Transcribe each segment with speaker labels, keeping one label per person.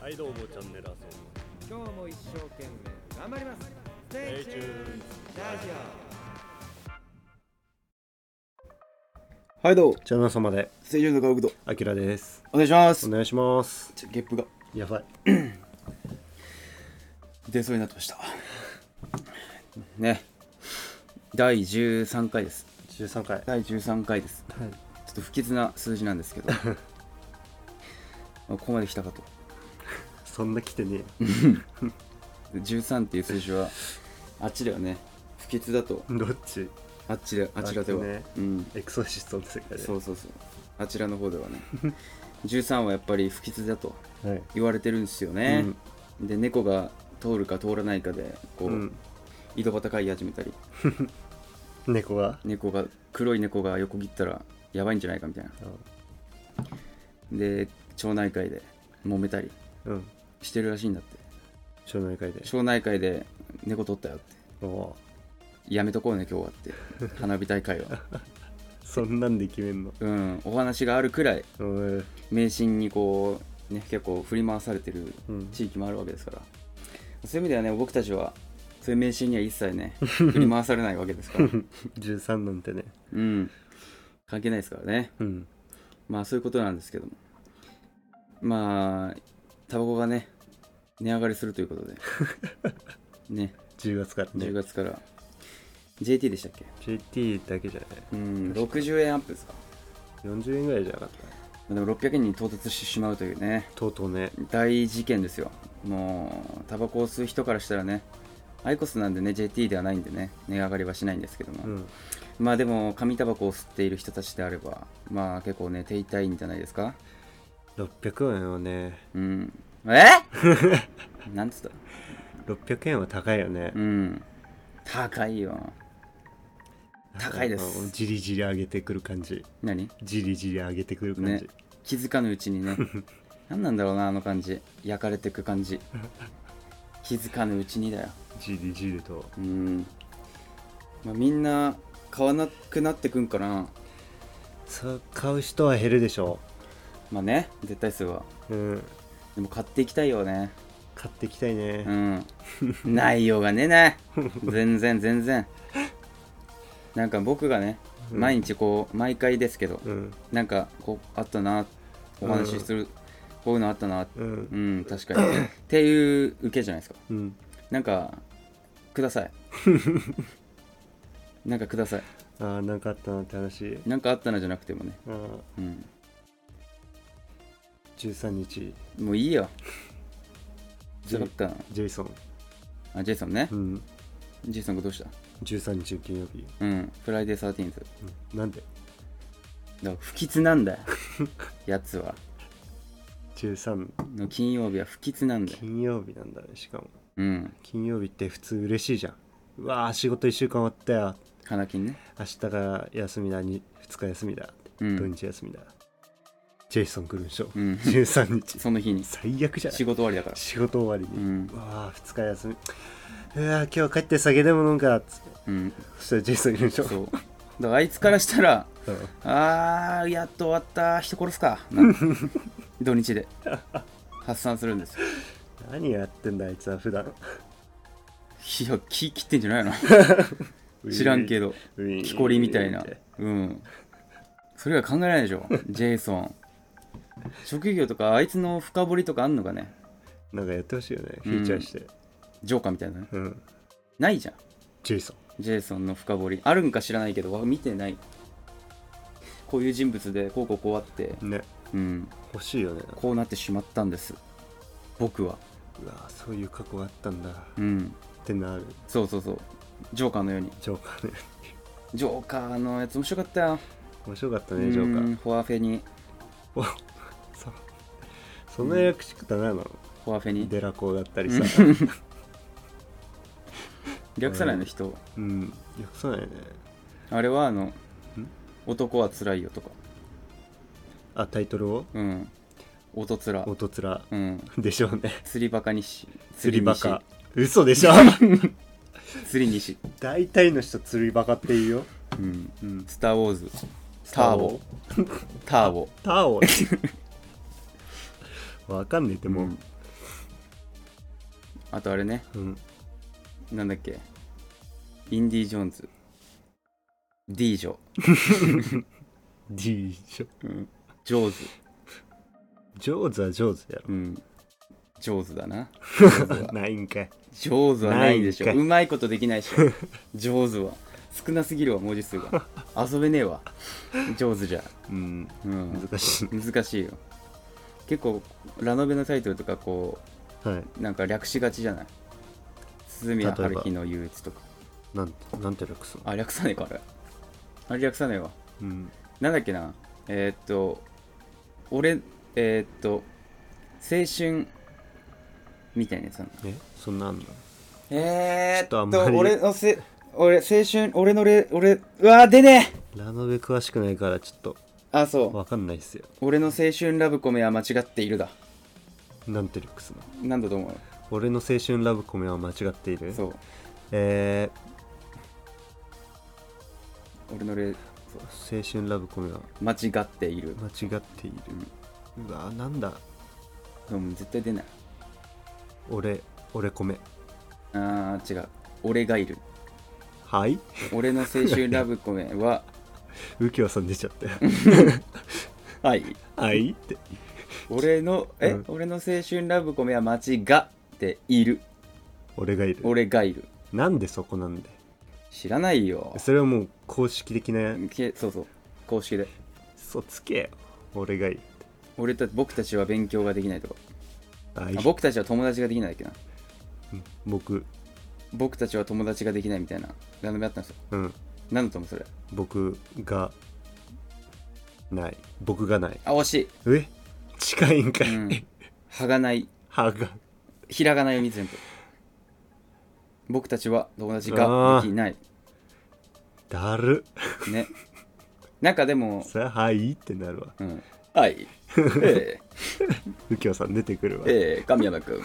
Speaker 1: はいどうもチャンネル遊び
Speaker 2: 今日も一生懸命頑張ります
Speaker 1: Stay
Speaker 2: Stay tuned
Speaker 1: tuned.
Speaker 2: ラジ
Speaker 3: はいどうも、
Speaker 1: チャンネル様で
Speaker 3: ステージュンのカウクド、
Speaker 1: あきらです
Speaker 3: お願いしま
Speaker 1: お
Speaker 3: す。
Speaker 1: 願いします
Speaker 3: ちょゲップが
Speaker 1: やばい
Speaker 3: 出そうになってました。ね、第13回です。
Speaker 1: 13回
Speaker 3: 第13回です。
Speaker 1: はい
Speaker 3: ちょっと不吉な数字なんです けど、ここまで来たかと。
Speaker 1: そんな来てね
Speaker 3: 13っていう数字は、あっちではね、不吉だと、
Speaker 1: えどっち
Speaker 3: あっちで、あちらで
Speaker 1: あ
Speaker 3: は。
Speaker 1: っちね
Speaker 3: うん、
Speaker 1: エクソシストの世界で
Speaker 3: そうそうそう。あちらの方ではね、13はやっぱり不吉だと
Speaker 1: はい
Speaker 3: 言われてるんですよね。で、猫が通るか通らないかで、こ
Speaker 1: う
Speaker 3: う、
Speaker 1: ん、
Speaker 3: 井戸端会議始めたり
Speaker 1: うん、猫が
Speaker 3: 猫が黒い猫が横切ったらやばいんじゃないかみたいなで町内会で揉めたり
Speaker 1: うん
Speaker 3: してるらしいんだって
Speaker 1: 町内会で
Speaker 3: 町内会で猫取ったよって
Speaker 1: おお
Speaker 3: やめとこうね今日はって花火 大会は
Speaker 1: そんなんで決めんの
Speaker 3: うんお話があるくらい
Speaker 1: うん
Speaker 3: 迷信にこうね結構振り回されてる
Speaker 1: うん
Speaker 3: 地域もあるわけですからそういう意味ではね僕たちはそういう迷信には一切ね振り回されないわけで すから
Speaker 1: 13なんてね
Speaker 3: うん関係ないですからね
Speaker 1: うん
Speaker 3: まあそういうことなんですけども。まあ、タバコがね、値上がりするとい うことで。ね、
Speaker 1: 10月から
Speaker 3: 10
Speaker 1: ね
Speaker 3: 月から。JT でしたっけ
Speaker 1: JT だけじゃない
Speaker 3: うん、60円アップですか。
Speaker 1: 40円ぐらいじゃなかった
Speaker 3: でも600円に到達してしまうというね、
Speaker 1: とうとうね
Speaker 3: 大事件ですよ。もう、タバコを吸う人からしたらね、アイコスなんでね、JT ではないんでね、値上がりはしないんですけども。
Speaker 1: うん
Speaker 3: まあでも、紙タバコを吸っている人たちであれば、まあ結構ね、手痛いんじゃないですか。
Speaker 1: 600円はね
Speaker 3: うん。 えなんつった
Speaker 1: 600円は高いよね
Speaker 3: うん高いよ高いで
Speaker 1: なんかこう
Speaker 3: す
Speaker 1: じりじり上げてくる感じ
Speaker 3: 何
Speaker 1: じりじり上げてくる感
Speaker 3: ね
Speaker 1: じ、
Speaker 3: 気づかぬうち にね何なんだろうなあの感じ焼かれてく感じ気づかぬうちにだよ
Speaker 1: じりじりと
Speaker 3: うん、まあ、みんな買わなくなってくんかな
Speaker 1: そう買う人は減るでしょ
Speaker 3: まあね絶対数は
Speaker 1: う、うん、
Speaker 3: でも買っていきたいよね
Speaker 1: 買っていきたいね、
Speaker 3: うん 内容がねえない全然全然なんか僕がね
Speaker 1: うん
Speaker 3: 毎日こう毎回ですけど
Speaker 1: うん
Speaker 3: なんかこうあったなお話しする、こういうのあったな
Speaker 1: うん
Speaker 3: うん、確 かにっていう受けじゃないですか
Speaker 1: うん
Speaker 3: なんかくだ さいなんかください
Speaker 1: ああなんかあったなって話
Speaker 3: なんかあったなじゃなくてもね、
Speaker 1: あー
Speaker 3: うん、
Speaker 1: 13日
Speaker 3: もういいよ
Speaker 1: ジ
Speaker 3: 分か
Speaker 1: ェ
Speaker 3: っ
Speaker 1: イ
Speaker 3: た
Speaker 1: ジェイソン、
Speaker 3: あジェイソンね
Speaker 1: う、ん、
Speaker 3: ジェイソンがどうした
Speaker 1: 13日金曜日、
Speaker 3: うんフライデー13ズ
Speaker 1: うん、なんで
Speaker 3: だから不吉なん だよやつは
Speaker 1: 13
Speaker 3: の金曜日は不吉なんだよ
Speaker 1: 金曜日なんだねしかも
Speaker 3: うん
Speaker 1: 金曜日って普通嬉しいじゃんうわー仕事1週間終わったよ
Speaker 3: 花金ね
Speaker 1: 明日が休みだ 2, 日休みだ、
Speaker 3: うん
Speaker 1: 土日休みだジェイソン来るんでしょ、
Speaker 3: うん
Speaker 1: 13日
Speaker 3: その日に
Speaker 1: 最悪じゃない
Speaker 3: 仕事終わりだ から
Speaker 1: 仕事終わりに、
Speaker 3: う
Speaker 1: うんわあ2日休みうわあ今日帰って酒でも飲むかっつって
Speaker 3: うん
Speaker 1: そしたらジェイソンいるでしょ
Speaker 3: そうだからあいつからしたら
Speaker 1: うん
Speaker 3: あーやっと終わった人殺すか なんて土日で発散するんですよ
Speaker 1: 何やってんだあいつは普段
Speaker 3: いや気切ってんじゃないの 知らんけど
Speaker 1: ウィーン
Speaker 3: 木こりみたい
Speaker 1: ウィー
Speaker 3: な
Speaker 1: ンって
Speaker 3: うんそれは考えられないでしょジェイソン職業とかあいつの深掘りとかあんのかね
Speaker 1: なんかやってほしいよねフィーチャーして
Speaker 3: ジョーカーみたいなの
Speaker 1: うん、
Speaker 3: ないじゃん
Speaker 1: ジェイソン
Speaker 3: ジェイソンの深掘りあるんか知らないけどわ見てないこういう人物でこうこうこうあって
Speaker 1: ね
Speaker 3: うん
Speaker 1: 欲しいよね
Speaker 3: こうなってしまったんです僕は
Speaker 1: うわあそういう過去があったんだっ
Speaker 3: うん
Speaker 1: てなる
Speaker 3: そうそうそうジョーカーのように
Speaker 1: ジョーカーね
Speaker 3: ジョーカーのやつ面白かったよ。
Speaker 1: 面白かったねジョーカ
Speaker 3: う
Speaker 1: ー
Speaker 3: んフォアフェに、
Speaker 1: おそその役し方なの、
Speaker 3: フォアフェに。
Speaker 1: デラコだったり さ
Speaker 3: 略さないの人。
Speaker 1: うん訳さないね
Speaker 3: あれはあの、男はつらいよとか。
Speaker 1: あタイトルを
Speaker 3: うん。音つら。
Speaker 1: 音つら
Speaker 3: うん。
Speaker 1: でしょうね
Speaker 3: 釣りバカにし。
Speaker 1: 釣りバ
Speaker 3: 西
Speaker 1: カ。嘘でし ょ
Speaker 3: 釣り西。
Speaker 1: 大体の人釣りバカって言うよ
Speaker 3: うん。
Speaker 1: うん
Speaker 3: スター・ウォーズ。ターボ。ターボ。
Speaker 1: ターボ わかんねえってもう、
Speaker 3: うんあとあれね
Speaker 1: うん
Speaker 3: なんだっけインディ・ジョーンズディージョ、
Speaker 1: D ジョ
Speaker 3: うん、ジョーズ、
Speaker 1: ジョーズはジョーズや
Speaker 3: うん、ジョーズだ な
Speaker 1: ろないんかい
Speaker 3: ジョーズはないでし
Speaker 1: な
Speaker 3: ょ
Speaker 1: いんかいう
Speaker 3: まいことできないでしょジョーズは少なすぎるわ文字数が遊べねえわジョーズじゃ、
Speaker 1: うん
Speaker 3: うん、
Speaker 1: 難しい
Speaker 3: 難しいよ結構ラノベのタイトルとかこ
Speaker 1: は
Speaker 3: うなんか略しがちじゃない鈴宮春日の憂鬱とか
Speaker 1: いなんてなんて略すの
Speaker 3: あ略さねえかあれあれ略さねえわ
Speaker 1: うん
Speaker 3: なんだっけなえーっと俺えーっと青春みたいなやつなんだ
Speaker 1: えそんなんあんの
Speaker 3: え
Speaker 1: ーっとちょっとあんまり俺
Speaker 3: のせ俺青春俺のれ俺うわ出ねえ
Speaker 1: ラノベ詳しくないからちょっと
Speaker 3: あそう
Speaker 1: わかんないっすよ
Speaker 3: 俺の青春ラブコメは間違っているだ
Speaker 1: なんて略すの
Speaker 3: なんだと思
Speaker 1: 俺の青春ラブコメは間違っていうる
Speaker 3: そう
Speaker 1: え
Speaker 3: 俺のれ
Speaker 1: ー、青春ラブコメは
Speaker 3: 間違っている
Speaker 1: 間違っているうわなんだ
Speaker 3: でも絶対出ない
Speaker 1: 俺俺米
Speaker 3: あー違う俺がいる
Speaker 1: はい
Speaker 3: 俺の青春ラブコメ は
Speaker 1: 右京さん出ちゃっ たよ
Speaker 3: はい
Speaker 1: はいって
Speaker 3: 俺のえ、
Speaker 1: うん
Speaker 3: 俺の青春ラブコメは間違っている
Speaker 1: 俺がいる
Speaker 3: 俺がいる
Speaker 1: なんでそこなんで
Speaker 3: 知らないよ
Speaker 1: それはもう公式的な
Speaker 3: けそうそう公式で
Speaker 1: 嘘つけよ俺がいい
Speaker 3: 俺た僕たちは勉強ができないとか
Speaker 1: あ
Speaker 3: あ
Speaker 1: い
Speaker 3: 僕たちは友達ができないだっけな
Speaker 1: うん僕
Speaker 3: 僕たちは友達ができないみたいなラノベあったんですよ
Speaker 1: うん
Speaker 3: 何だと思うそれ
Speaker 1: 僕がない僕がない
Speaker 3: あ惜し
Speaker 1: え近いんか
Speaker 3: い、
Speaker 1: い、
Speaker 3: うん、はがない
Speaker 1: 歯が
Speaker 3: ひらがな読み全部僕たちは友達ができない
Speaker 1: だる
Speaker 3: ねなんかで も、
Speaker 1: さあはいってなるわ
Speaker 3: うん、はいえ
Speaker 1: 右京さん出てくるわ
Speaker 3: えええ神山くん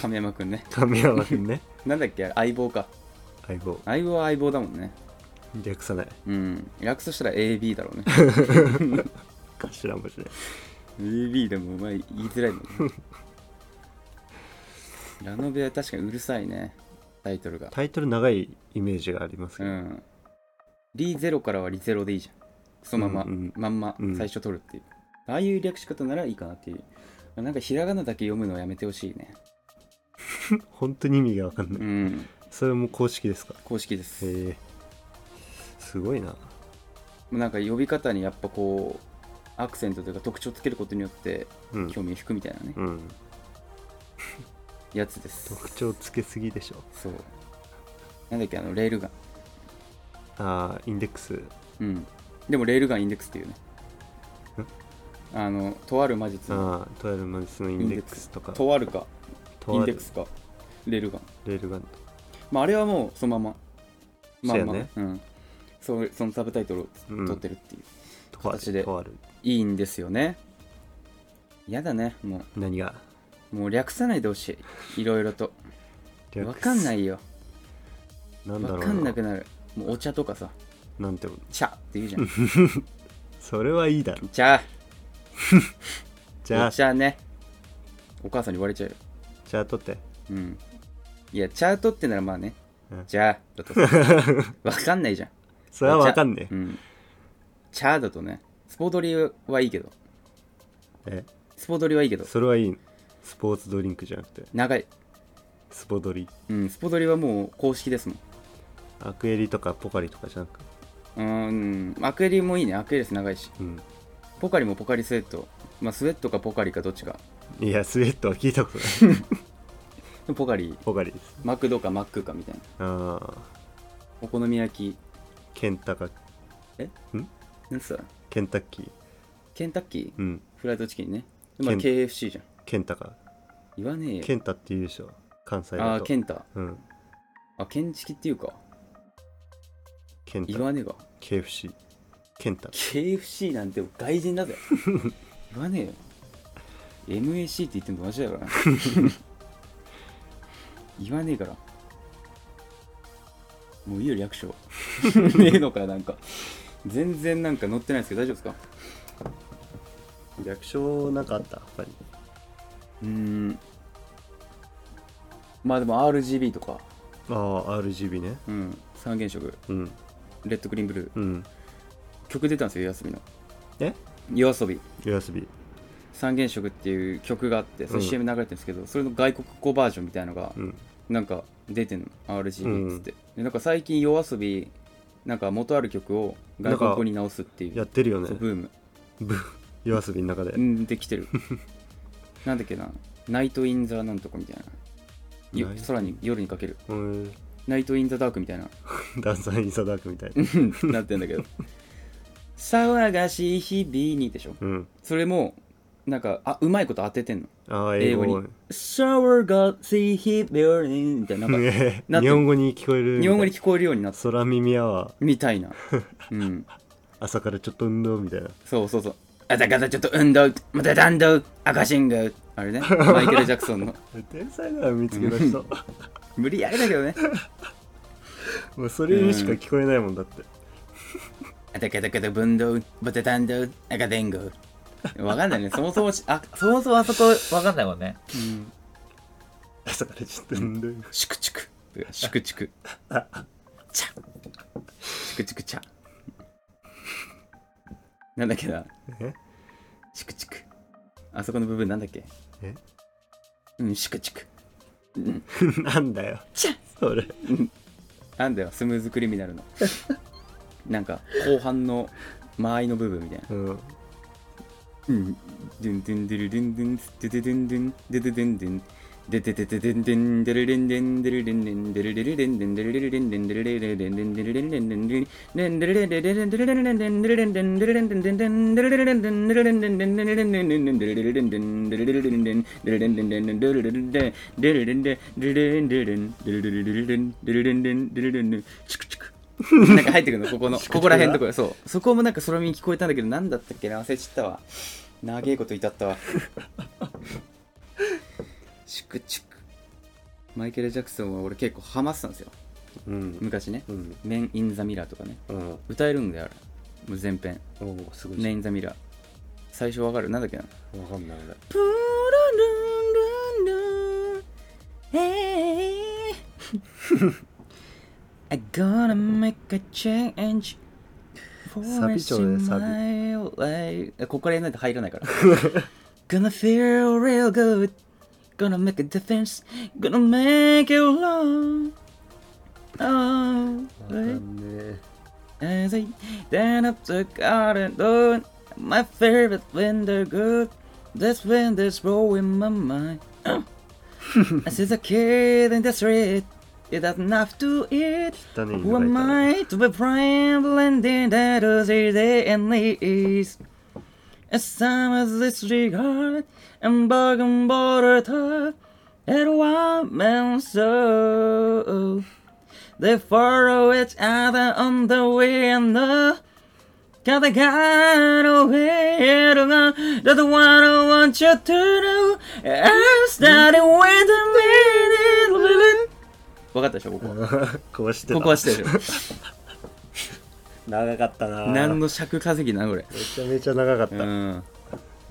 Speaker 3: 神山くんね
Speaker 1: 神山くんね
Speaker 3: なんだっけ相棒か
Speaker 1: 相棒
Speaker 3: 相棒は相棒だもんね
Speaker 1: 略さない
Speaker 3: うん略としたら AB だろうね
Speaker 1: 頭文字で
Speaker 3: AB でもまあ言いづらいもんねラノベは確かにうるさいねタイトルが
Speaker 1: タイトル長いイメージがありますけ
Speaker 3: う
Speaker 1: ど、
Speaker 3: んリゼロからはリゼロでいいじゃんそのまま、
Speaker 1: うんうん
Speaker 3: まんま
Speaker 1: うん
Speaker 3: 最初取るっていう、ああいう略し方ならいいかなっていうなんかひらがなだけ読むのやめてほしいね
Speaker 1: 本当に意味がわかんない、
Speaker 3: うん
Speaker 1: それも公式ですか
Speaker 3: 公式です
Speaker 1: へえすごいな
Speaker 3: なんか呼び方にやっぱこうアクセントというか特徴つけることによって
Speaker 1: うん、
Speaker 3: 興味を引くみたいなね、
Speaker 1: うん、
Speaker 3: やつです
Speaker 1: 特徴つけすぎでしょ
Speaker 3: そうなんだっけあのレールガン
Speaker 1: ああインデックス
Speaker 3: うん、でもレールガンインデックスっていうねあのとある魔術の
Speaker 1: ああトライルマンスのインデックスとか
Speaker 3: とあるか
Speaker 1: と
Speaker 3: イン
Speaker 1: あ
Speaker 3: デ
Speaker 1: る
Speaker 3: ックスかレールガン、
Speaker 1: レールガン
Speaker 3: まあ、あれはもうそのまままあま
Speaker 1: そう
Speaker 3: あ
Speaker 1: やね
Speaker 3: うん、そうそのサブタイトルを
Speaker 1: うん
Speaker 3: 取ってるっていう、
Speaker 1: とあ
Speaker 3: 形で
Speaker 1: るとある
Speaker 3: いいんですよねやだねも
Speaker 1: 何が
Speaker 3: うもう略さないでほしいいろいろと
Speaker 1: わ
Speaker 3: わかんないいよ
Speaker 1: なんだろ
Speaker 3: わ
Speaker 1: う
Speaker 3: かんなくなるもうお茶とかさ
Speaker 1: なんて
Speaker 3: 「茶」って言うじゃ ん
Speaker 1: それはいいだろ
Speaker 3: 「茶」
Speaker 1: じゃ
Speaker 3: お
Speaker 1: あチ
Speaker 3: 茶ねお母さんに言われちゃうよ
Speaker 1: ャートって
Speaker 3: うんいやチャートってならまあね、
Speaker 1: うん
Speaker 3: じゃあだ とさわかんないじゃん
Speaker 1: それはわかんね
Speaker 3: え、うん、チャーだとねスポドリはいいけど
Speaker 1: え
Speaker 3: スポドリはいいけ
Speaker 1: え
Speaker 3: ど
Speaker 1: それはいいのスポーツドリンクじゃなくて
Speaker 3: 長い、
Speaker 1: スポドリ
Speaker 3: うん、スポドリはもう公式ですもん
Speaker 1: アクエリとかポカリとかじゃなくて
Speaker 3: うーんアクエリもいいねアクエリス長いし
Speaker 1: うん
Speaker 3: ポカリもポカリスウェットまあスウェットかポカリかどっちか
Speaker 1: いやスウェットは聞いたことない
Speaker 3: ポカリ
Speaker 1: ポカリです
Speaker 3: マクドかマックかみたい
Speaker 1: あ
Speaker 3: な
Speaker 1: あ
Speaker 3: お好み焼き
Speaker 1: ケンタカ
Speaker 3: なんつった
Speaker 1: ケンタッキー
Speaker 3: ケンタッキー
Speaker 1: うん
Speaker 3: フライドチキンねまあ
Speaker 1: ケ
Speaker 3: KFC じゃん
Speaker 1: ケンタカ
Speaker 3: 言わねえよ
Speaker 1: ケンタって言うでしょ関西だと
Speaker 3: ああケンタ
Speaker 1: うん
Speaker 3: あケンチキっていうか
Speaker 1: ケン
Speaker 3: 言
Speaker 1: タ
Speaker 3: わねえか
Speaker 1: KFC ケンタ
Speaker 3: KFC なんて外人だ ぜ言わねえよ MAC って言っても同じだから な言わねえからもういいよ略称 ねえのかなんか全然なんか乗ってないですけど大丈夫ですか
Speaker 1: 略称なんかあった他に
Speaker 3: うーんまあでも RGB とか、
Speaker 1: ああ RGB ね
Speaker 3: うん、三原色
Speaker 1: うん
Speaker 3: レッドグリーンブルー
Speaker 1: うん
Speaker 3: 曲出たんですよ夜遊びの
Speaker 1: え
Speaker 3: 夜遊び
Speaker 1: 夜遊び
Speaker 3: 三原色っていう曲があってその
Speaker 1: うん
Speaker 3: CM 流れてるんですけど、それの外国語バージョンみたいのが
Speaker 1: うん
Speaker 3: なんか出てんの RGB っつって、でなんか最近夜遊びなんか元ある曲を外国語に直すっていう
Speaker 1: やってるよね
Speaker 3: そうブーム
Speaker 1: ブ夜遊びの中で
Speaker 3: うんでき てるなんだっけなナイト・イン・ザ・なんとかみたいなよ
Speaker 1: ナイト
Speaker 3: 空に夜にかける
Speaker 1: うん
Speaker 3: ナイト・イン・ザ・ダークみたいな
Speaker 1: ダンサーインサダークみたいな
Speaker 3: うんなってんだけど騒がしい日々にでしょ
Speaker 1: うん
Speaker 3: それもなんかあうまいこと当ててんの
Speaker 1: ああ英
Speaker 3: 英
Speaker 1: 語
Speaker 3: 語
Speaker 1: に
Speaker 3: に「騒がしい日々に」みたいな なんか
Speaker 1: ね
Speaker 3: なってる
Speaker 1: 日本語に聞こえる
Speaker 3: 日本語に聞こえるようになって
Speaker 1: 空耳アワー
Speaker 3: みたいなうん
Speaker 1: 朝からちょっと運動みたいな
Speaker 3: そうそうそう。あたかたちょっと運動、また弾道、赤信号。あ れね、マイケル・ジャクソンの。
Speaker 1: 天才だな見つけ出 した人
Speaker 3: 無理やりだけどね。
Speaker 1: もうそれにしか聞こえないもんだって
Speaker 3: あたかたかた分動、また弾道、赤電号。わかんないね。そもそもし、あ、
Speaker 4: そもそもあそこ分かんないもんね。
Speaker 3: うん、
Speaker 1: 朝からちょっと運動
Speaker 3: シクチク。シクチク。チャ。シクチクチャ。なんだっけな。
Speaker 1: え
Speaker 3: シクチク。あそこの部分なんだっけ
Speaker 1: え
Speaker 3: うん、シクチク。
Speaker 1: なんだよ
Speaker 3: チャ
Speaker 1: それ
Speaker 3: なんだよスムーズクリミナル のなんか後半の間合いの部分みたいな
Speaker 1: うん
Speaker 3: 「うんドゥンドゥンドゥルドゥンドゥンドゥドゥドゥンドゥンドゥドゥドゥンドゥン」でててててんでんでるれんでんでるれんでんでるれるれんでんでるれるれんでんでるれるれんでんでるれるれんでんでるれんでるれるれんでんでるれるれんでんでるれんでんでるれんでんでるれんでんでるれんでんでるれんでんでんでるれんでんでんでるれるれんでんでるれるれんでんでるれんでんでんでるれるれんでるれんでんでるれんでんでるれるれんでるれんでんでるれんでんチクチク なんか入ってくるのここのここら辺のところそうそこもなんか空耳聞こえたんだけどなんだったっけな忘れちったわ長えこと至ったわチクチクマイケル・ジャクソンは俺結構ハマってたんですよ
Speaker 1: うん
Speaker 3: 昔ね
Speaker 1: うん
Speaker 3: 「メン・イン・ザ・ミラー」とかね
Speaker 1: うん
Speaker 3: 歌えるんだよあれもう全編
Speaker 1: おおす
Speaker 3: 「
Speaker 1: ごい
Speaker 3: メン・イン・ザ・ミラー」最初わかるなんだっけな
Speaker 1: わかんない俺
Speaker 3: プルルンルンルンえ I gotta make a change
Speaker 1: サビちょうだいサビ
Speaker 3: ビここからやらないと入らないから Gonna feel real good Gonna make a difference Gonna make you long Oh,
Speaker 1: ね
Speaker 3: as I stand up the garden door, my favorite winter good. This wind is blowing my mind. I see the kid in the street. It doesn't have to eat.
Speaker 1: 汚ねえ
Speaker 3: Who am I to be rambling in that rosy day and leaves? As time as this regard and bug and border top at one man so they follow each other on the window. Got the guy away to go. That's what I want you to do. I'm starting with a minute. 分かったでしょ、ここ。
Speaker 1: 壊してた
Speaker 3: ここはしてる。
Speaker 1: 長かったな
Speaker 3: 何の尺稼ぎな、これ。
Speaker 1: めちゃめちゃ長かっ
Speaker 3: う
Speaker 1: た、
Speaker 3: ん。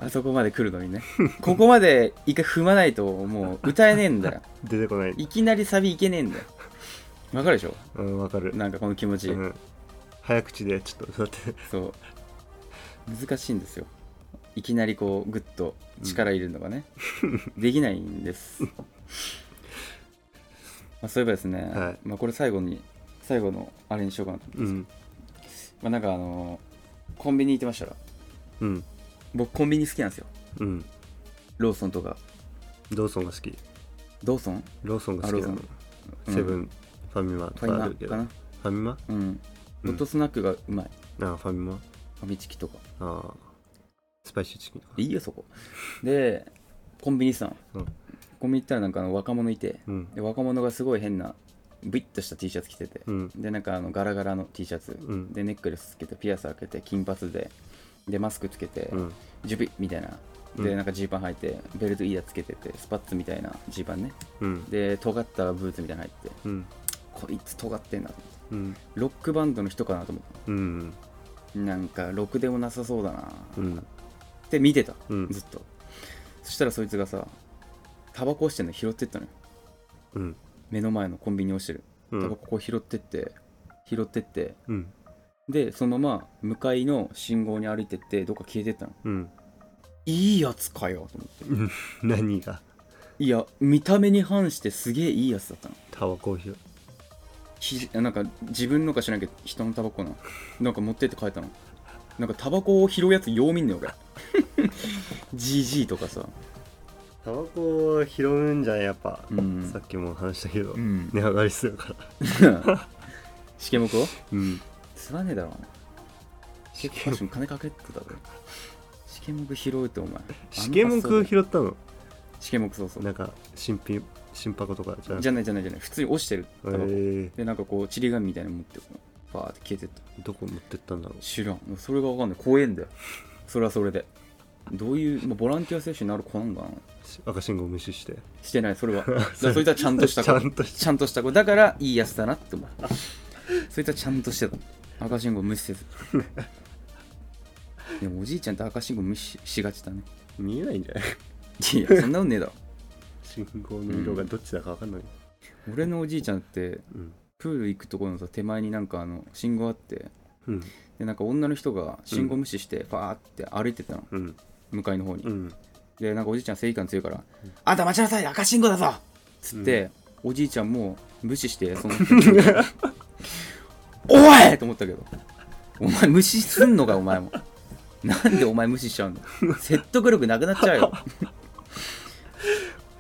Speaker 3: あそこまで来るのにね。ここまで一回踏まないと、もう歌えねえんだよ。
Speaker 1: 出てこない
Speaker 3: いきなりサビいけねえんだよ。わかるでしょ
Speaker 1: うんわかる
Speaker 3: なんかこの気持ち。
Speaker 1: うん、早口でちょっとだって
Speaker 3: そう難しいんですよいきなりこうグッと力入れるのがね、できないんですまあそういえばですね、
Speaker 1: はい
Speaker 3: まあ、これ最後に最後のあれにしようかなと思って、
Speaker 1: うん
Speaker 3: まあ、なんかあのーコンビニ行ってましたら
Speaker 1: うん
Speaker 3: 僕コンビニ好きなんですよ
Speaker 1: うん
Speaker 3: ローソンとか
Speaker 1: ローソンが好き
Speaker 3: ローソン
Speaker 1: ローソンが好きな
Speaker 3: あ
Speaker 1: の
Speaker 3: ローソン
Speaker 1: セブン、
Speaker 3: う
Speaker 1: ファミマと
Speaker 3: フ
Speaker 1: かあ
Speaker 3: ァイ
Speaker 1: る
Speaker 3: マ
Speaker 1: け
Speaker 3: か
Speaker 1: どフ
Speaker 3: な
Speaker 1: ァミマ
Speaker 3: うん
Speaker 1: う
Speaker 3: ホ
Speaker 1: ん
Speaker 3: ットスナックがうまい
Speaker 1: ああファミマ
Speaker 3: ファミチキとか
Speaker 1: ああスパイシーチキンとか
Speaker 3: いいよそこでコンビニさん、
Speaker 1: うん
Speaker 3: コンビニ行ったらなんかあの若者いて、
Speaker 1: うん
Speaker 3: で若者がすごい変なブイッとした T シャツ着てて、
Speaker 1: うん
Speaker 3: でなんかあのガラガラの T シャツ、
Speaker 1: うん
Speaker 3: でネックレスつけてピアス開けて金髪ででマスクつけて、
Speaker 1: うん
Speaker 3: ジュビみたいな
Speaker 1: う
Speaker 3: で
Speaker 1: ん
Speaker 3: なんかジーパン履いてベルトいいやつけててスパッツみたいなジーパンね
Speaker 1: うん
Speaker 3: で尖ったブーツみたいなの入って
Speaker 1: うん
Speaker 3: こいつ尖ってんなと思って
Speaker 1: うん
Speaker 3: ロックバンドの人かなと思っ
Speaker 1: う
Speaker 3: て
Speaker 1: ん
Speaker 3: なんかろくでもなさそうだな
Speaker 1: うん
Speaker 3: って見てた、
Speaker 1: うん
Speaker 3: ずっとそしたらそいつがさタバコしてんの拾ってったのよ
Speaker 1: うん
Speaker 3: 目の前のコンビニ落ちてる
Speaker 1: う
Speaker 3: だから
Speaker 1: ん
Speaker 3: ここ拾ってって拾ってって
Speaker 1: うん
Speaker 3: でそのまま向かいの信号に歩いてってどっか消えてったの
Speaker 1: うん
Speaker 3: いいやつかよと思って
Speaker 1: 何が
Speaker 3: いや見た目に反してすげえいいやつだったの
Speaker 1: タバコを拾
Speaker 3: ひなんか自分のか知らんけど人のタバコななんか持ってって帰ったのなんかタバコを拾うやつよう見んね よ俺 GG とかさ
Speaker 1: タバコを拾うんじゃんやっぱ、
Speaker 3: うん
Speaker 1: さっきも話したけど、
Speaker 3: うん
Speaker 1: 値上がりするから
Speaker 3: しけもくを
Speaker 1: うん
Speaker 3: すまねえだろうな結構ファッション金かけてたぞしけもく拾うってお前
Speaker 1: シケモクを拾ったの
Speaker 3: しけもくそうそう
Speaker 1: なんか新品新箱とかじゃなく
Speaker 3: じ
Speaker 1: て
Speaker 3: ゃないじゃないじゃない普通に落ちてるタ
Speaker 1: え
Speaker 3: バコ
Speaker 1: ー、
Speaker 3: でなんかこうちり紙みたいなの持ってこうバーって消えてった
Speaker 1: どこ持ってったんだろう
Speaker 3: 知らんもうそれがわかんない怖えんだよそれはそれでどういう、まあ、ボランティア選手になる子なんかな
Speaker 1: し赤信号無視して
Speaker 3: してな いそれはだからそいつはちゃんとした子
Speaker 1: ちゃんとし
Speaker 3: ちゃんとした子だからいいやつだなって思うそいつはちゃんとしてた赤信号無視せず でもおじいちゃんって赤信号無視しがちだね
Speaker 1: 見えないんじゃない
Speaker 3: いやそんなことねえだろ
Speaker 1: 信号の色がどっちだか分かんない、
Speaker 3: 俺のおじいちゃんって
Speaker 1: うん
Speaker 3: プール行くところのさ手前になんかあの信号あって
Speaker 1: うん
Speaker 3: でなんか女の人が信号無視してファーって歩いてったの、
Speaker 1: うん
Speaker 3: 向かいの方に、
Speaker 1: うん
Speaker 3: でなんかおじいちゃん正義感強いから「あんた待ちなさい赤信号だぞ!」つって、おじいちゃんも無視してその人 におい!」と思ったけど「お前無視すんのかお前もなんでお前無視しちゃうの説得力なくなっちゃうよ」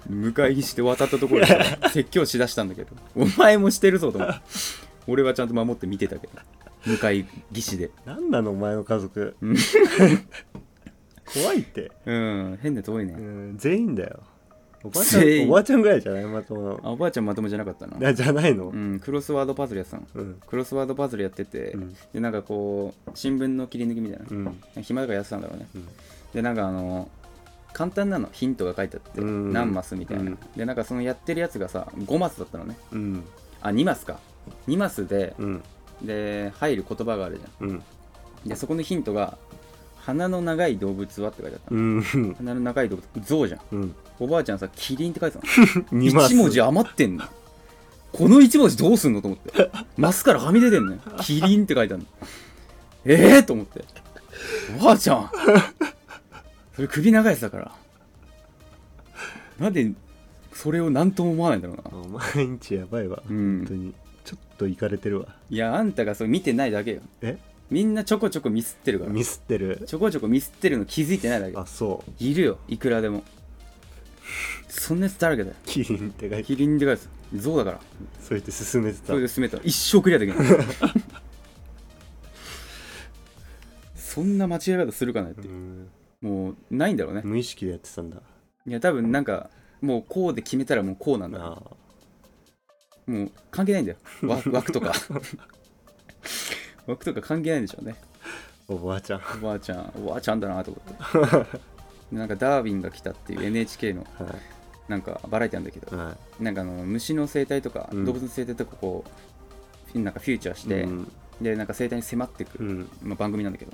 Speaker 3: 迎えにして渡ったところでさ説教しだしたんだけどお前もしてるぞと思って俺はちゃんと守って見てたけど迎え岸で
Speaker 1: 何なのお前の家族 怖いって、
Speaker 3: うん変な遠いね、
Speaker 1: うん、全員だよおばあちゃ
Speaker 3: 全
Speaker 1: ん
Speaker 3: 員
Speaker 1: おばあちゃんぐらいじゃないまともな
Speaker 3: あおばあちゃんまともじゃなかったな
Speaker 1: あじゃないの
Speaker 3: う、ん、クロスワードパズルやってた
Speaker 1: う
Speaker 3: の
Speaker 1: ん
Speaker 3: クロスワードパズルやってて、
Speaker 1: うん
Speaker 3: でなんかこう新聞の切り抜きみたいな、
Speaker 1: うん
Speaker 3: 暇だからやってたんだろうね、
Speaker 1: うん
Speaker 3: でなんかあの簡単なのヒントが書いてあって、
Speaker 1: うん
Speaker 3: 何マスみたいな、
Speaker 1: うん
Speaker 3: でなんかそのやってるやつがさ5マスだったのね
Speaker 1: うん
Speaker 3: あ2マスか2マスで、
Speaker 1: うん
Speaker 3: で入る言葉があるじゃ
Speaker 1: うん
Speaker 3: んでそこのヒントが「鼻の長い動物は?」って書いてあったの、
Speaker 1: うん
Speaker 3: 鼻の長い動物象じゃん
Speaker 1: うん
Speaker 3: おばあちゃんさキリンって書いてたの
Speaker 1: 2
Speaker 3: 1文字余ってんのこの1文字どうすんのと思ってマスからはみ出てんの よキリンって書いてあるのええー、と思っておばあちゃんそれ首長いやつだからなんでそれを何とも思わないんだろうな
Speaker 1: お前んちやばいわ、
Speaker 3: うん
Speaker 1: 本当にちょっといかれてるわ
Speaker 3: いやあんたがそれ見てないだけよ
Speaker 1: え
Speaker 3: みんなちょこちょこミスってるから
Speaker 1: ミスってる
Speaker 3: ちょこちょこミスってるの気づいてないだけ
Speaker 1: あそう
Speaker 3: いるよいくらでもそんなやつだらけだよ
Speaker 1: キリンって書いて
Speaker 3: キリンって書いてある象だから
Speaker 1: そうやって進めてた
Speaker 3: それで進めたら一生クリアできないそんな間違い方するかなって
Speaker 1: う
Speaker 3: い
Speaker 1: ん
Speaker 3: うもうないんだろうね
Speaker 1: 無意識でやってたんだ
Speaker 3: いや多分なんかもうこうで決めたらもうこうなんだ
Speaker 1: なあ
Speaker 3: もう関係ないんだよわ枠とか枠とか関係ないんでしょうね
Speaker 1: おばあちゃんは
Speaker 3: おばあちゃんおばあちゃんだなと思ってなんか「ダーウィンが来た」っていう NHK のなんかバラエティなんだけど
Speaker 1: い、は
Speaker 3: なんかあの虫の生態とか
Speaker 1: うん
Speaker 3: 動物の生態とかこうなんかフューチャー
Speaker 1: い、
Speaker 3: して、
Speaker 1: うん
Speaker 3: でなんか生態に迫ってく
Speaker 1: う
Speaker 3: る、
Speaker 1: ん
Speaker 3: まあ、番組なんだけど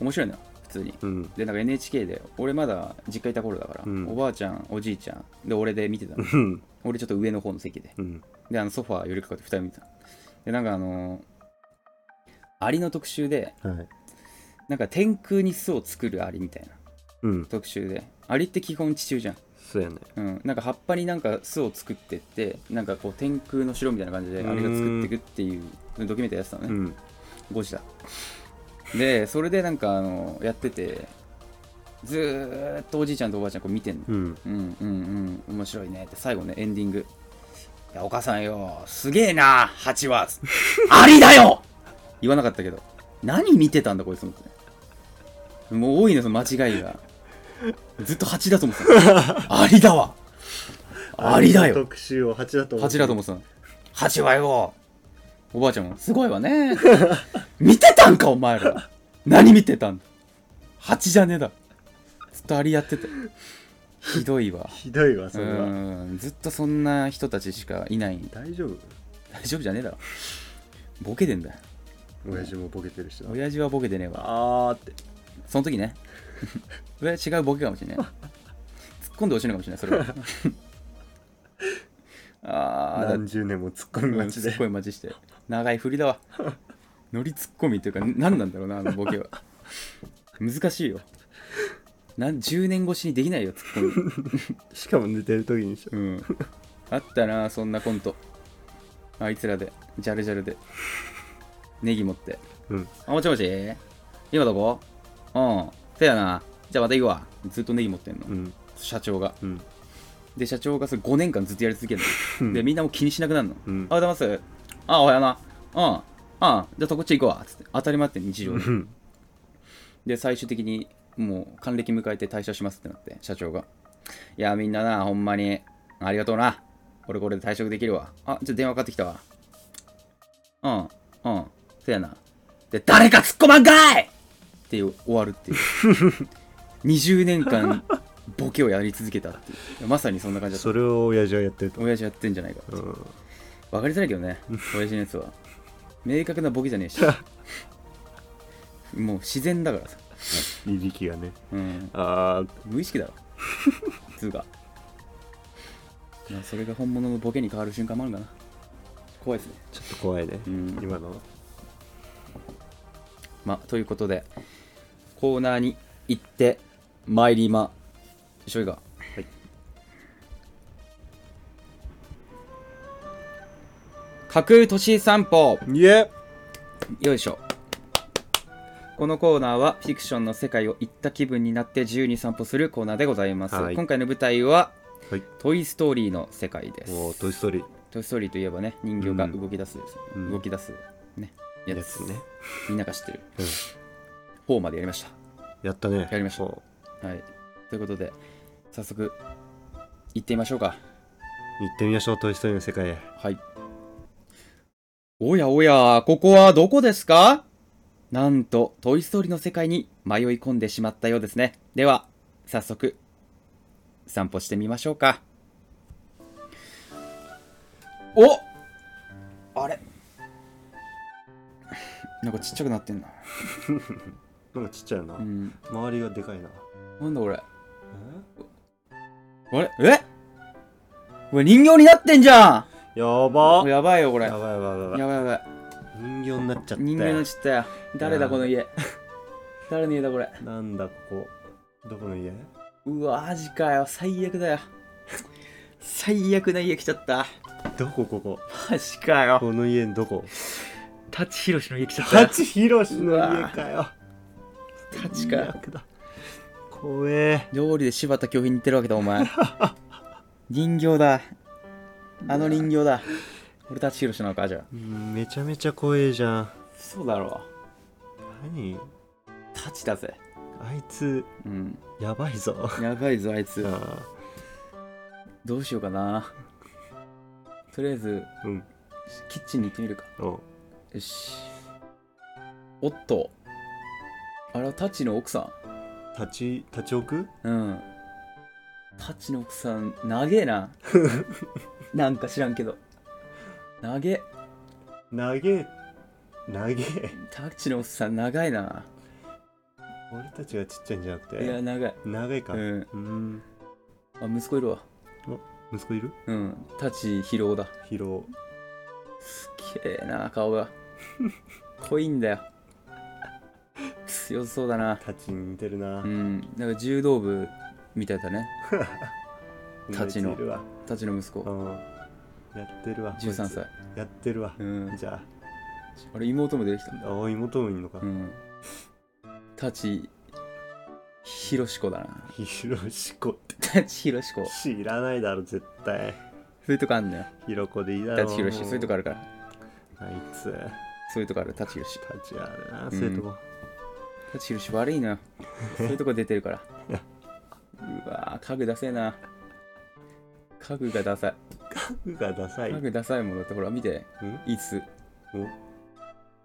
Speaker 3: 面白いのよ普通に
Speaker 1: うん
Speaker 3: でなんか NHK で俺まだ実家いた頃だから、
Speaker 1: うん
Speaker 3: おばあちゃんおじいちゃんで俺で見てたの
Speaker 1: うん
Speaker 3: 俺ちょっと上の方の席で
Speaker 1: うん
Speaker 3: であのソファー寄りかかって2人見てたでなんかあのーアリの特集で
Speaker 1: はい
Speaker 3: なんか天空に巣を作るアリみたいな
Speaker 1: うん
Speaker 3: 特集でアリって基本地中じゃん、
Speaker 1: そうやね
Speaker 3: うん、なんか葉っぱになんか巣を作ってってなんかこう天空の城みたいな感じでアリが作っていくっていうドキュメンタリーやってたのね、
Speaker 1: うん
Speaker 3: 5時だでそれでなんかあのやっててずーっとおじいちゃんとおばあちゃんこう見てんの、
Speaker 1: うん
Speaker 3: うん、うんうん面白いねって最後ねエンディング「いやお母さんよすげえな8は ありだよ!」言わなかったけど何見てたんだこいつもってもう多いのその間違いがずっと8だと思って たありだわありだよ
Speaker 1: 特集を8だと思う
Speaker 3: 蜂だと思ってたの蜂はよおばあちゃんもすごいわね 見てたんかお前ら何見てたんだ蜂じゃねえだずっとアリやってたひどいわ
Speaker 1: ひどいわ
Speaker 3: う
Speaker 1: それは
Speaker 3: んずっとそんな人たちしかいない
Speaker 1: 大丈夫
Speaker 3: 大丈夫じゃねえだろボケてんだよ
Speaker 1: 親父もボケてるしな
Speaker 3: 親父はボケてねえわ
Speaker 1: あーって
Speaker 3: その時ね それは違うボケかもしれない突っ込んでほしいのかもしれないそれはああ、だ
Speaker 1: 何十年も突っ込み待ち
Speaker 3: す
Speaker 1: で
Speaker 3: っごいマジして長い振りだわノリツッコミっていうか何なんだろうなあのボケは難しいよなん10年越しにできないよツッコミ
Speaker 1: しかも寝てる時にしょ
Speaker 3: うんあったなそんなコントあいつらでジャルジャルでネギ持って
Speaker 1: うん
Speaker 3: あもちもち今どこうんせやなじゃあまた行くわずっとネギ持ってんの、
Speaker 1: うん
Speaker 3: 社長が
Speaker 1: うん
Speaker 3: で社長がそれ5年間ずっとやり続ける
Speaker 1: う
Speaker 3: の
Speaker 1: ん
Speaker 3: でみんなもう気にしなくなるの、
Speaker 1: うん
Speaker 3: あおはようございますあおはようなうんうんじゃあとこっち行こうわつって当たり前って日常
Speaker 1: うん
Speaker 3: で最終的にもう還暦迎えて退社しますってなって社長がいやみんななほんまにありがとうな俺これで退職できるわあじゃあ電話かかってきたわうんうんせやなで誰か突っ込まんかいっていう終わるっていう 20年間ボケをやり続けたっていうまさにそんな感じだ
Speaker 1: そ
Speaker 3: っ
Speaker 1: れを親父はやってる
Speaker 3: た
Speaker 1: と、
Speaker 3: 親父やってんじゃないか
Speaker 1: うん、
Speaker 3: わかりづらいけどね、親父のやつは。明確なボケじ ゃねえし。もう自然だからさ。
Speaker 1: いびきがね
Speaker 3: うん、
Speaker 1: ああ
Speaker 3: 無意識だろ。 つうか。まあ、それが本物のボケに変わる瞬間もあるかな。怖いですね。
Speaker 1: ちょっと怖いね、
Speaker 3: うん
Speaker 1: 今の
Speaker 3: まあ、ということで、コーナーに行ってまいりましょうが。
Speaker 1: はい
Speaker 3: 架空都市散歩
Speaker 1: いえ
Speaker 3: よいしょこのコーナーはフィクションの世界を行った気分になって自由に散歩するコーナーでございます、
Speaker 1: はい
Speaker 3: 今回の舞台は
Speaker 1: はい
Speaker 3: 「トイ・ストーリー」の世界です
Speaker 1: もう「トイ・ストーリー
Speaker 3: トイ・ストーリーといえばね人形が
Speaker 1: うん
Speaker 3: 動き出すです、
Speaker 1: うん
Speaker 3: 動き出すね」や
Speaker 1: や
Speaker 3: つ
Speaker 1: つね、
Speaker 3: みんなが知ってる
Speaker 1: うん、
Speaker 3: 方までやりまし
Speaker 1: やったね
Speaker 3: やりました
Speaker 1: そう
Speaker 3: たはいということで早速行ってみましょうか
Speaker 1: 行ってみましょう「トイ・ストーリー」の世界へ
Speaker 3: はい。おやおや、ここはどこですかなんと、トイ・ストーリーの世界に迷い込んでしまったようですね。では、早速、散歩してみましょうか。おあれなんかちっちゃくなってんな。
Speaker 1: なんかちっちゃいな、
Speaker 3: うん。
Speaker 1: 周りがでかいな
Speaker 3: なんだこれ。あれえこれ人形になってんじゃ
Speaker 1: やば
Speaker 3: ん
Speaker 1: や
Speaker 3: やばいよ、これ。
Speaker 1: ばい
Speaker 3: やばい
Speaker 1: やばいやばい
Speaker 3: やばい。
Speaker 1: 人形になっちゃったよ
Speaker 3: 人間のちったよ誰だこの家 誰の家だこれ
Speaker 1: なんだここどこの家
Speaker 3: うわマジかよ最悪だよ最悪な家来ちゃった
Speaker 1: どこここ
Speaker 3: マジかよ
Speaker 1: この家どこ
Speaker 3: 舘ひろしの家来ちゃったよ
Speaker 1: 舘ひろしの家かよ
Speaker 3: 舘かよ
Speaker 1: 最悪だ怖え
Speaker 3: 料理で柴田恭平に似てるわけだお前 人形だあの人形だ俺舘ひろしなのかじゃあ
Speaker 1: うんめちゃめちゃ怖えじゃん
Speaker 3: そうだろ
Speaker 1: 何
Speaker 3: 舘だぜ
Speaker 1: あいつ
Speaker 3: うん
Speaker 1: やばいぞ
Speaker 3: やばいぞあいつ
Speaker 1: あ
Speaker 3: どうしようかなとりあえず
Speaker 1: ーうん
Speaker 3: キッチンに行ってみるか
Speaker 1: お
Speaker 3: よしおっとあれはタッチの奥さ
Speaker 1: 立ち立ち置
Speaker 3: んうんタッチの奥さん長え ななんか知らんけど長え
Speaker 1: く投げ投げ
Speaker 3: タッチの奥さん長いな
Speaker 1: 俺たちがちっちゃいんじゃなく
Speaker 3: いや
Speaker 1: て
Speaker 3: 長い
Speaker 1: 長いか
Speaker 3: う
Speaker 1: うんん
Speaker 3: あ息子いるわ
Speaker 1: 息子いる
Speaker 3: うんタッチ疲労だ
Speaker 1: 疲労
Speaker 3: すっげえな顔が濃いんだよ強そうだな
Speaker 1: 立ちに似てるな
Speaker 3: うんなんか柔道部みたいだね立ちの
Speaker 1: こいついるわ
Speaker 3: タッチの息
Speaker 1: う
Speaker 3: 子
Speaker 1: んやってるわこいつ
Speaker 3: 13歳
Speaker 1: やってるわ
Speaker 3: うん
Speaker 1: じゃ
Speaker 3: あれ妹も出てきた
Speaker 1: あ青い妹もいんのか
Speaker 3: うん。タチ、ひろしこだな。
Speaker 1: ひろしこって
Speaker 3: タチひろしこ。そ
Speaker 1: 知らないだろ絶対
Speaker 3: ういうとこあんのよ。
Speaker 1: ひろこでいいだろ
Speaker 3: タチひろし、そういうとこあるから。
Speaker 1: あいつ
Speaker 3: そういうとこある、タチひろし。
Speaker 1: 立ちあるな、
Speaker 3: ん
Speaker 1: そういうとこ
Speaker 3: タチひろし悪いのよ。そういうとこ出てるから。うわぁ、家具ダセえな。家具がダサい。
Speaker 1: うがダサい
Speaker 3: 家具ダサいもんだって、ほら見て。
Speaker 1: うん
Speaker 3: 椅子。
Speaker 1: お椅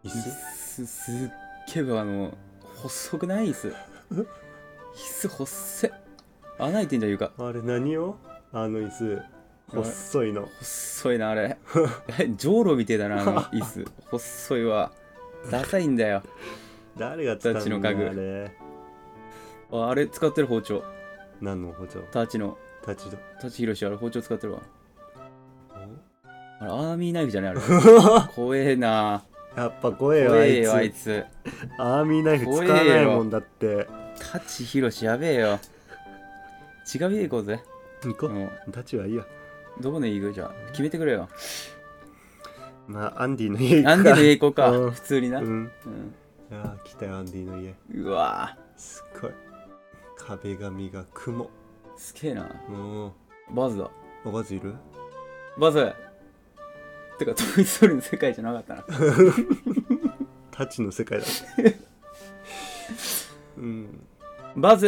Speaker 3: 椅子、すっげえあの、細くない椅子。椅子細っ。穴開いてんじゃん、床。
Speaker 1: 子あれ何をあの椅子細いの
Speaker 3: 細いな あれえじょうろみてえだなあの椅子細いわダサいんだよ
Speaker 1: 誰が使う
Speaker 3: 立ちの
Speaker 1: の
Speaker 3: 家具
Speaker 1: あれ
Speaker 3: ああれ使ってる包丁
Speaker 1: 何の補助
Speaker 3: タチの
Speaker 1: 立ちど
Speaker 3: タチヒロシあれ包丁使ってるわ
Speaker 1: お
Speaker 3: あれ、アーミーナイフじゃない あれ。怖えな。
Speaker 1: やっぱ怖えよ
Speaker 3: 怖
Speaker 1: あ
Speaker 3: えよ、あ
Speaker 1: い
Speaker 3: い
Speaker 1: つ
Speaker 3: つ。
Speaker 1: アーミーナイフ使わないもんだって
Speaker 3: 舘ひろし、やべえよ。違う家行こうぜ。
Speaker 1: 行こ
Speaker 3: も
Speaker 1: うたちはいいよ
Speaker 3: う、どこの家行くじゃあ。決めてくれよ。
Speaker 1: まあアンディの家行くか
Speaker 3: アンディの家行こうか。
Speaker 1: うん
Speaker 3: 普通にな。う
Speaker 1: うん
Speaker 3: ん
Speaker 1: いやー来たよアンディの家
Speaker 3: うわ
Speaker 1: すっごい壁紙が雲
Speaker 3: ぁ。すげえな。
Speaker 1: もう
Speaker 3: バズだ。
Speaker 1: おばずいる
Speaker 3: バズてか、トイ・ストーリーの世界じゃなかったな。
Speaker 1: タッチの世 界だうん
Speaker 3: バズ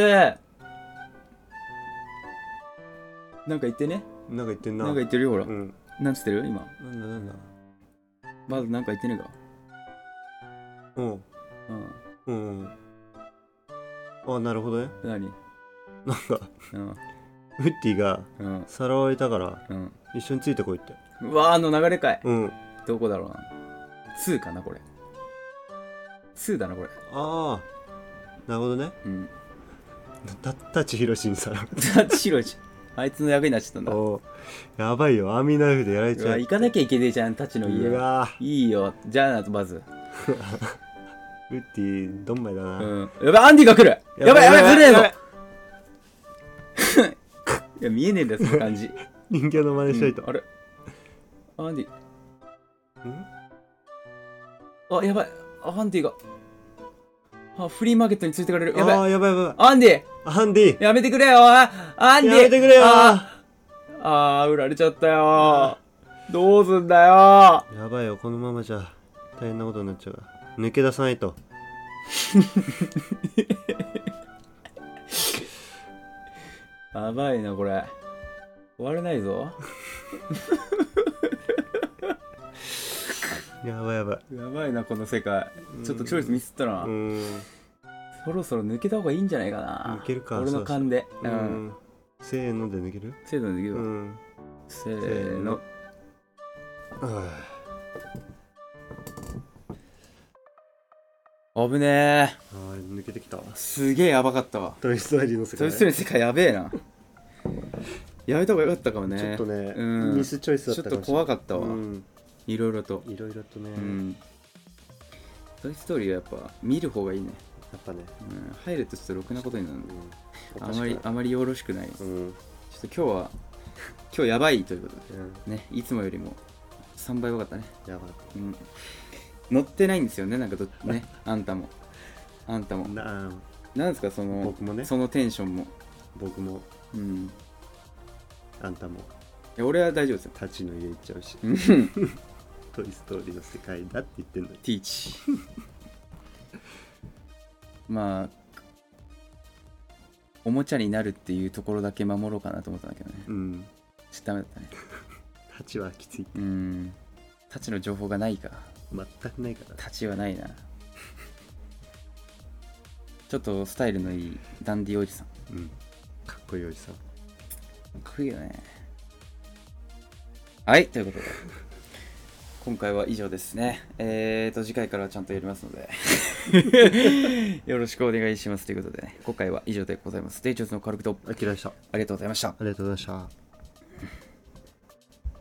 Speaker 3: なんか言ってね。
Speaker 1: なんか言ってんな
Speaker 3: なんか言ってるよ、ほら
Speaker 1: う。ん
Speaker 3: なんつってる今。
Speaker 1: なんだなんだ
Speaker 3: バズなんか言ってねえか。
Speaker 1: うん
Speaker 3: うん。
Speaker 1: うんあなるほどね
Speaker 3: 何
Speaker 1: なんか
Speaker 3: うん。
Speaker 1: ウッディが
Speaker 3: うん。
Speaker 1: さらわれたから
Speaker 3: うん。
Speaker 1: 一緒についてこいって
Speaker 3: うわーあの流れかい。
Speaker 1: うん
Speaker 3: どこだろうな。2かな、これ。2だな、これ。
Speaker 1: ああなるほどね
Speaker 3: うん。
Speaker 1: たタッチヒロシにさらわれ
Speaker 3: タッチ白いじゃん。あいつの役になっちゃったん
Speaker 1: た
Speaker 3: だ。
Speaker 1: おうやばいよアーミーナイフでやられ
Speaker 3: う
Speaker 1: ちゃ
Speaker 3: わ、
Speaker 1: う
Speaker 3: 行かなきゃいけねえじゃん、タッチの
Speaker 1: う
Speaker 3: 家。
Speaker 1: わ
Speaker 3: いいよ。じゃあな、バズ。
Speaker 1: ーウッディどんまいだ
Speaker 3: う
Speaker 1: な、
Speaker 3: ん。やばい、アンディが来るやばい、やばい、ずれえぞ いや、見えねえんだよ、その感じ。
Speaker 1: 人形の真似しといた、
Speaker 3: うんあれアンディ。
Speaker 1: ん
Speaker 3: あ、やばい。あアンディが。あ、フリーマーケットについてかれる。や
Speaker 1: あ
Speaker 3: ば
Speaker 1: あ
Speaker 3: い。
Speaker 1: ーやばいやば
Speaker 3: アンデ
Speaker 1: いアンディ
Speaker 3: ィやめてくれよアンディ
Speaker 1: やめてくれよ
Speaker 3: あーあー、売られちゃったよどうすんだよ
Speaker 1: やばいよこのままじゃ大変なことになっちゃうから抜け出さないと
Speaker 3: やばいな、これ。終われないぞ。
Speaker 1: やばいやばい
Speaker 3: やばいな、この世界。ちょっとチョイスミスったな。
Speaker 1: うーん
Speaker 3: そろそろ抜けた方がいいんじゃないかな。
Speaker 1: 抜けるか
Speaker 3: 俺の勘で。
Speaker 1: う
Speaker 3: うん。
Speaker 1: んせーので抜ける
Speaker 3: 制度の抜け
Speaker 1: う
Speaker 3: よう。
Speaker 1: ん
Speaker 3: せーの。
Speaker 1: あ
Speaker 3: 危ねえ。
Speaker 1: ー抜けてきた
Speaker 3: すげえやばかったわ。
Speaker 1: トイ・ストーリーの世
Speaker 3: ト
Speaker 1: 界
Speaker 3: イ・ストーリーの世界やべえな。やめた方がよかったかもね。
Speaker 1: ちょっとね、
Speaker 3: うん
Speaker 1: ミスチョイスだっ
Speaker 3: ちょ
Speaker 1: たか
Speaker 3: っと
Speaker 1: もしれ
Speaker 3: 怖かったわ
Speaker 1: な。いうん
Speaker 3: いろいろと。
Speaker 1: いろいろとね、
Speaker 3: うん。トイ・ストーリーはやっぱ見る方がいいね。
Speaker 1: やっぱね、
Speaker 3: うん。入るとちょっとろくなことになるん
Speaker 1: う
Speaker 3: で。
Speaker 1: ん
Speaker 3: あまり、あまりよろしくない。ち
Speaker 1: う
Speaker 3: ょ
Speaker 1: ん
Speaker 3: っと今日は、今日やばいということで。
Speaker 1: うん
Speaker 3: ね、いつもよりも3倍良かったね。
Speaker 1: やばい
Speaker 3: うん。乗ってないんですよね、なんかどっね、あんたも。あんたも。
Speaker 1: なあ
Speaker 3: なんですか、その、
Speaker 1: 僕もね
Speaker 3: そのテンションも。
Speaker 1: 僕も
Speaker 3: うん。い
Speaker 1: あんたも
Speaker 3: や俺は大丈夫ですよ。
Speaker 1: たちの家行っちゃうし
Speaker 3: うんテ
Speaker 1: トイ・ストーリーの世界だって言ってんのに
Speaker 3: ィーチ。まあ、おもちゃになるっていうところだけ守ろうかなと思ったんだけどね。
Speaker 1: うん
Speaker 3: ちょっとダメだったね。
Speaker 1: たちはきつい
Speaker 3: うん。タチの情報がないか。
Speaker 1: 全くないから
Speaker 3: タチはないな。ちょっとスタイルのいいダンディおじさん。
Speaker 1: うんかっこいいおじさん
Speaker 3: かっこいいよねはいということで今回は以上ですねえーと次回からはちゃんとやりますので よろしくお願いしますということで、ね、今回は以上でございますデイチョーズの軽くと
Speaker 1: あきらでしたあ
Speaker 3: ありがとうございました
Speaker 1: りがとうございました